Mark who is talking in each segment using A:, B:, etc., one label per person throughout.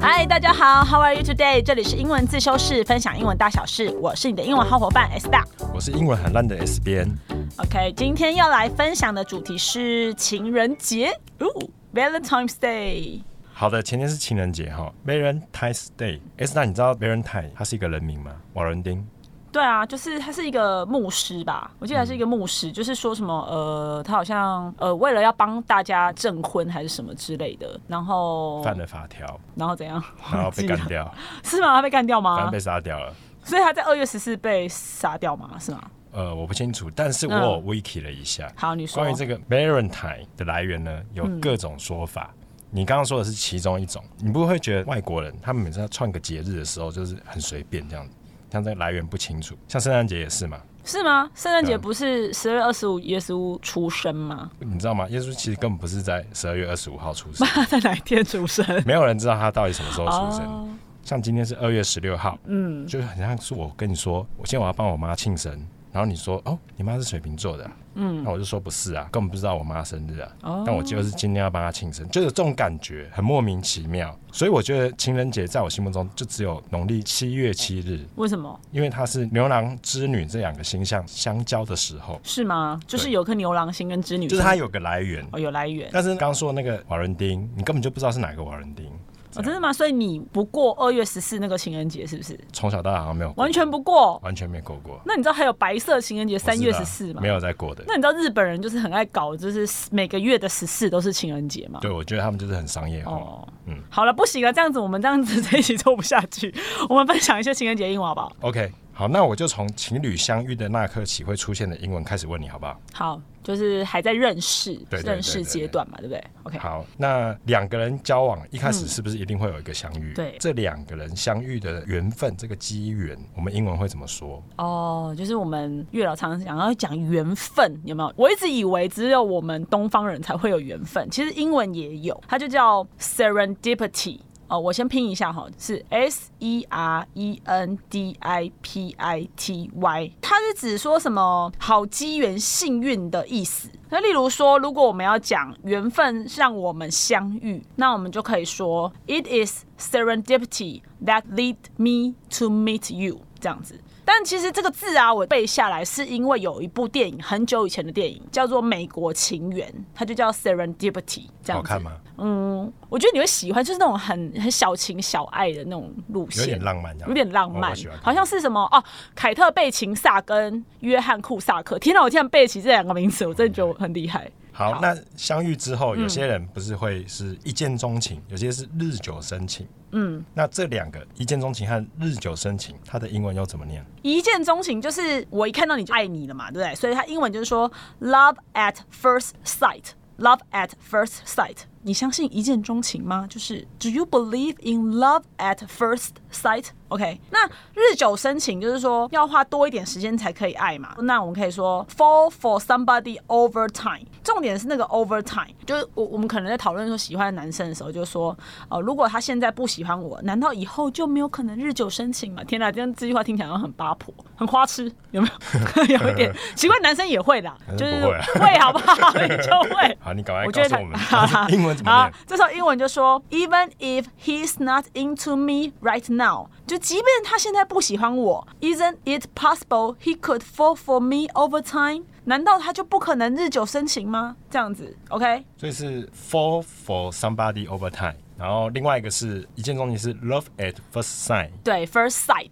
A: 嗨，大家好，How are you today？这里是英文自修室，分享英文大小事，我是你的英文好伙伴 S 大。
B: 我是英文很烂的 S 边，
A: OK，今天要来分享的主题是情人节哦，Valentine's Day。
B: 好的，前天是情人节哈，Valentine's Day。S 那你知道 Valentine 他是一个人名吗？瓦伦丁。
A: 对啊，就是他是一个牧师吧，我记得他是一个牧师，就是说什么呃，他好像呃为了要帮大家证婚还是什么之类的，然后
B: 犯了法条，
A: 然后怎样？
B: 然
A: 哦忘
B: 后被
A: 记了
B: 干掉，
A: 是吗？他被干掉
B: 反
A: 吗
B: 正被？杀掉了。
A: 所以他在二月十四被杀掉吗？是吗？
B: 呃，我不清楚，但是我有 wiki 了一下。
A: 嗯好，你说。嗯
B: 关于这个 Valentine 的来源呢，有各种说法。你刚刚说的是其中一种，你不会觉得外国人他们每次要串个节日的时候，就是很随便这样子，像这个来源不清楚。像圣诞节也是嘛，
A: 是吗？圣诞
B: 对
A: 节
B: 啊
A: 不是十二月二十五耶稣出生 吗？
B: 你知道吗？耶稣其实根本不是在十二月二十五号出生，
A: 他在哪一天出生？
B: 没有人知道他到底什么时候出生。
A: 哦，
B: 像今天是二月十六号，嗯，就是很像是我跟你说，我今天我要帮我妈庆生，然后你说哦，你妈是水瓶座的啊、嗯，那我就说不是啊，根本不知道我妈生日啊，
A: 哦
B: 但我就是今天要帮她庆生，就是这种感觉很莫名其妙，所以我觉得情人节在我心目中就只有农历七月七日，
A: 为什么？
B: 因为它是牛郎织女这两个星象相交的时候，
A: 是吗？就是
B: 对
A: 有颗牛郎星跟织女
B: 就
A: 星，
B: 是啊它有个来源。
A: 哦有来源
B: 但是刚说那个瓦伦丁，你根本就不知道是哪个瓦伦丁，
A: 哦，真的吗？所以你不过二月十四那个情人节是不是？
B: 从小到大好像没有过
A: 完全不过。
B: 完全没过过。
A: 那你知道还有白色情人节三月
B: 我知
A: 十
B: 道
A: 四吗？
B: 没。有在过的。
A: 那你知道日本人就是很爱搞，就是每个月的十四都是情人节吗？
B: 对，我觉得他们就是很商业化。
A: 哦，
B: 嗯
A: 好了，不行了，这样子我们这样子 这一集做不下去，我们分享一些情人节英文好不好？
B: OK，好，那我就从情侣相遇的那刻起会出现的英文开始问你，好不好？
A: 好，就是还在认识
B: 对对对
A: 认识阶段嘛，对不对？OK，
B: 好，那两个人交往一开始是不是一定会有一个相遇？
A: 对
B: 这两个人相遇的缘分，这个机缘，我们英文会怎么说？
A: 哦，就是我们月老常常讲要讲缘分，有没有？我一直以为只有我们东方人才会有缘分，其实英文也有，它就叫 serendipity。哦，我先拼一下哈，是 S E R E N D I P I T Y，它是指说什么好机缘、幸运的意思。那例如说，如果我们要讲缘分让我们相遇，那我们就可以说 It is serendipity that lead me to meet you 这样子。但其实这个字啊，我背下来是因为有一部电影，很久以前的电影叫做《美国情缘》，它就叫 Serendipity 这样
B: 好
A: 子。
B: 看吗？
A: 我觉得你会喜欢，就是那种很很小情小爱的那种路线，
B: 有点浪漫这样，
A: 有点浪
B: 哦
A: 漫
B: 我喜欢，看
A: 好像是什么哦，凯特·贝琴萨跟约翰·库萨克。天哪，我竟然背起这两个名词，我真的觉得我很厉害。
B: 好。那相遇之后，
A: 嗯
B: 有些人不是会是一见钟情，有些是日久生情。嗯，那这两个一见钟情和日久生情，它的英文又怎么念？
A: 一见钟情就是我一看到你就爱你了嘛，对不对？所以它英文就是说 love at first sight，love at first sight。你相信一见钟情吗？就是 Do you believe in love at first sight？OK，、那日久生情就是说要花多一点时间才可以爱嘛。那我们可以说 fall for somebody over time。重点是那个 over time，就是我我们可能在讨论说喜欢的男生的时候，就说哦、呃如果他现在不喜欢我，难道以后就没有可能日久生情吗？天哪，这样这句话听起来好像很八婆，很花痴， 有没有？有一点奇怪，男生也会啦，
B: 男
A: 就
B: 生
A: 是
B: 不会啊
A: 会好不好？ 你就会。
B: 好，你赶快
A: 我
B: 告
A: 觉
B: 诉
A: 得
B: 我们
A: 他
B: 英文怎么
A: 好
B: 念。，
A: 这时候英文就说，Even if he's not into me right now，就即便他现在不喜欢我，Isn't it possible he could fall for me over time？难道他就不可能日久生情吗？这样子，OK？
B: 所以是 fall for somebody over time，然后另外一个是一见钟情是 love at first sight。
A: 对，first
B: OK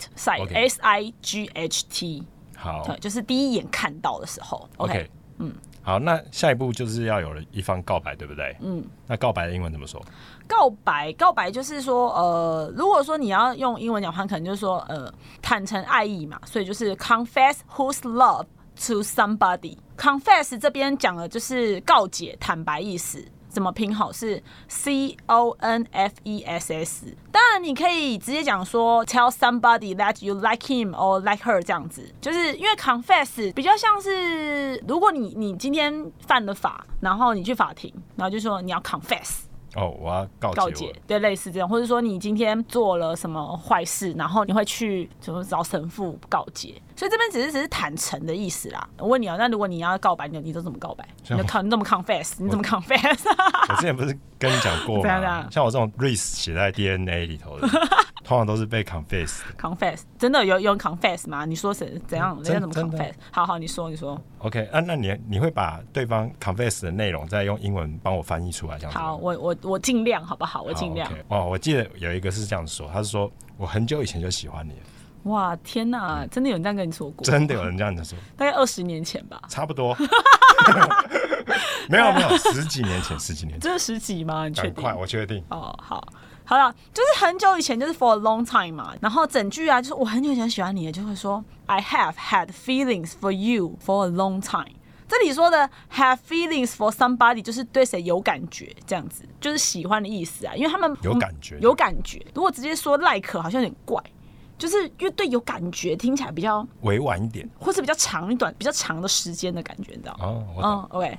A: sight，sight，S I G H T，
B: 好
A: 对，就是第一眼看到的时候
B: ，OK，
A: ，OK？
B: 嗯，好，那下一步就是要有人一方告白，对不对？嗯，那告白的英文怎么说？
A: 告白，告白就是说，呃，如果说你要用英文讲的话，可能就是说，呃，坦诚爱意嘛，所以就是 confess whose love to somebody。confess 这边讲的就是告解、坦白意思。怎么拼好是 C O N F E S S，当然你可以直接讲说 tell somebody that you like him or like her 这样子，就是因为 confess 比较像是如果你你今天犯了法，然后你去法庭，然后就说你要 confess，
B: 哦，我要告
A: 告
B: 解
A: 解
B: 我，，
A: 对，类似这种，或者说你今天做了什么坏事，然后你会去怎么找神父告解，所以这边只是只是坦诚的意思啦。我问你哦、那如果你要告白，你你都怎么告白？你
B: 像
A: 就
B: 我
A: 靠你怎么 confess？你怎么 confess？
B: 我之前不是跟你讲过
A: 怎样怎样
B: 吗？像我这种 risk 写在 DNA 里 头的，通常都是被 confess 的。
A: confess 真的有有人 confess 吗？你说谁怎样？
B: 嗯
A: 人家怎么
B: 真真的
A: confess？好好，你说你说。
B: OK，啊，那你你会把对方 confess 的内容再用英文帮我翻译出来，这样子吗？
A: 好，我我我尽量好不好？我尽量。
B: o k 哦，我记得有一个是这样说，他是说我很久以前就喜欢你了，
A: 哇，天哪，嗯真的有人这样跟你说过？
B: 真的有人这样 子说，
A: 大概二十年前吧。
B: 差不多。 没有没有，十几年前，十几年前，
A: 这是十几吗？你确
B: 很
A: 定？
B: 哎快，我确定。
A: 哦，好，好了，就是很久以前，就是 for a long time 嘛。然后整句啊，就是我很久以前喜欢你的，就会说 I have had feelings for you for a long time。这里说的 have feelings for somebody 就是对谁有感觉，这样子就是喜欢的意思啊。因为他们
B: 有感觉
A: 有感觉。如果直接说 like 好像有点怪，就是因为对有感觉听起来比较，
B: 委婉一点
A: 或是比较长一段比较长的时间的感觉，你知道吗？
B: 哦，我懂。
A: 嗯，OK，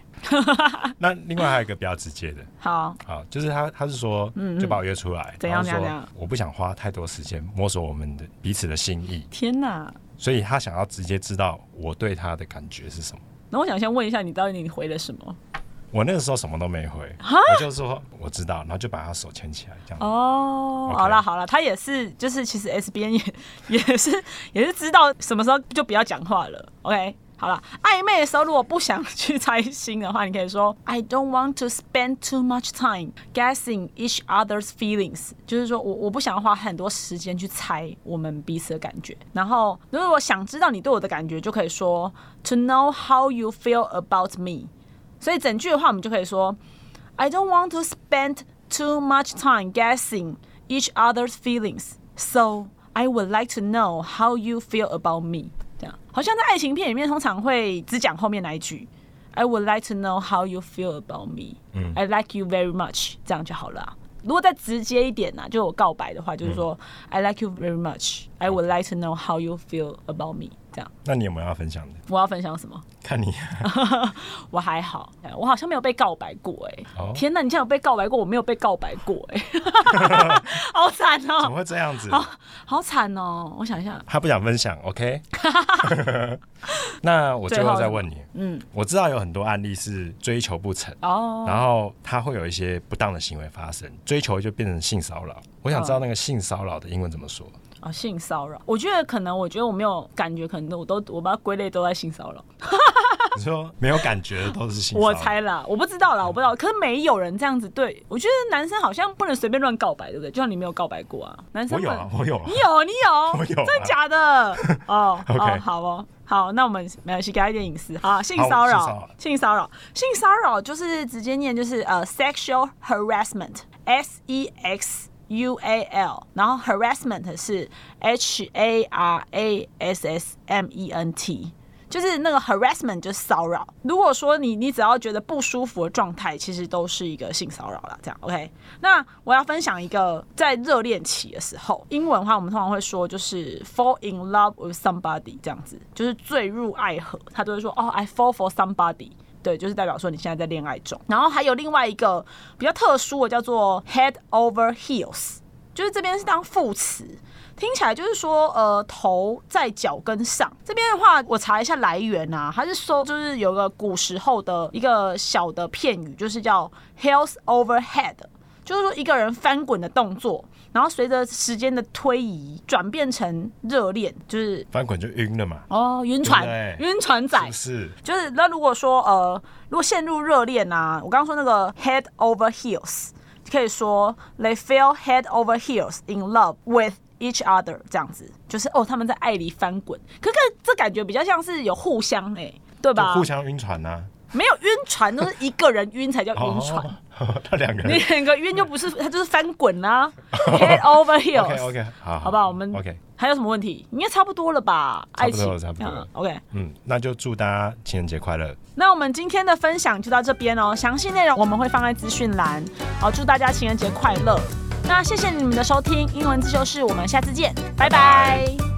B: 那另外还有一个比较直接的，
A: 好，
B: 啊，就是他他是说，就把我约出来，
A: 嗯怎
B: 然后
A: 样怎样
B: 说
A: 怎样
B: 我不想花太多时间摸索我们的彼此的心意，
A: 天哪！
B: 所以他想要直接知道我对他的感觉是什么。
A: 那我想先问一下，你到底你回了什么？
B: 我那个时候什么都没回，我就说我知道，然后就把他手牵起来，这样。
A: 哦
B: OK
A: 好啦好啦，他也是，就是其实 S B N 也 也是也是知道什么时候就不要讲话了。OK，好啦，暧昧的时候如果不想去猜心的话，你可以说 I don't want to spend too much time guessing each other's feelings，就是说我我不想要花很多时间去猜我们彼此的感觉。然后如果想知道你对我的感觉，就可以说 To know how you feel about me。所以整句的话，我们就可以说 I don't want to spend too much time guessing each other's feelings, so I would like to know how you feel about me。这样，好像在爱情片里面通常会只讲后面那一句，I would like to know how you feel about me。i like you very much，这样就好了啊、如果再直接一点呢、就我告白的话，就是说、I like you very much. I would like to know how you feel about me。这样，
B: 那你有没有要分享的？
A: 我要分享什么？
B: 看你
A: 哦 我还好，哎我好像没有被告白过哎、
B: 哦
A: 天哪，你竟然有被告白过，我没有被告白过哎、 好惨
B: 怎么
A: 哦、
B: 会这样子？
A: 好惨哦、我想一下，
B: 他不想分享，OK？那我最后再问你，嗯，我知道有很多案例是追求不成，
A: 哦、
B: 然后他会有一些不当的行为发生，追求就变成性骚扰。我想知
A: 哦
B: 道那个性骚扰的英文怎么说？
A: 啊，性骚扰，我觉得可能，我觉得我没有感觉，可能我都我把它归类都在性骚扰，
B: 你说没有感觉的都是性骚扰？
A: 我猜啦，我不知
B: 嗯
A: 道啦，我不知道，可是没有人这样子对，我觉得男生好像不能随便乱告白，对不对？就像你没有告白过啊，男生
B: 我
A: 不
B: 有
A: 能
B: 啊，我有啊
A: 你。有，你有，
B: 我有啊
A: 真的假的？哦
B: OK
A: 哦，好哦，好，那我们没关系，给他一点隐私。好，性骚
B: 好性骚
A: 扰
B: 扰，
A: 性骚扰，性骚扰就是直接念就是呃，sexual harassment，S E X。U A L，然后 harassment 是 H A R A S S M E N T，就是那个 harassment 就是骚扰。如果说你你只要觉得不舒服的状态，其实都是一个性骚扰啦。这样 OK？那我要分享一个在热恋期的时候，英文的话我们通常会说就是 fall in love with somebody 这样子，就是坠入爱河，他都会说哦、i fall for somebody。对，就是代表说你现在在恋爱中。然后还有另外一个比较特殊的叫做 head over heels，就是这边是当副词，听起来就是说，呃，头在脚跟上。这边的话，我查一下来源啊，它是说就是有个古时候的一个小的片语，就是叫 heels over head，就是说一个人翻滚的动作，然后随着时间的推移，转变成热恋，就是
B: 翻滚就晕了嘛，
A: 哦晕船
B: 对，
A: 晕船仔
B: 是不是？
A: 就是那如果说呃，如果陷入热恋啊，我刚刚说那个 head over heels，可以说 they fell head over heels in love with each other 这样子，就是哦他们在爱里翻滚，可是这感觉比较像是有互相哎、对
B: 就
A: 吧？
B: 互相晕船呐、
A: 没有晕船，都是一个人晕才叫晕船。
B: 哦，他两个
A: 你
B: 人。
A: 两个晕就 不是，他就是翻滚啦、，head over heels。
B: OK OK，好，
A: 好不好？我们
B: OK，
A: 还有什么问题？应该差不多了吧？
B: 差
A: 爱
B: 不多
A: 情
B: 了差不多了
A: 嗯 OK，
B: 嗯，那就祝大家情人节快乐。
A: 那我们今天的分享就到这边哦，详细内容我们会放在资讯栏。好，祝大家情人节快乐！那谢谢你们的收听，英文自修室，我们下次见，拜拜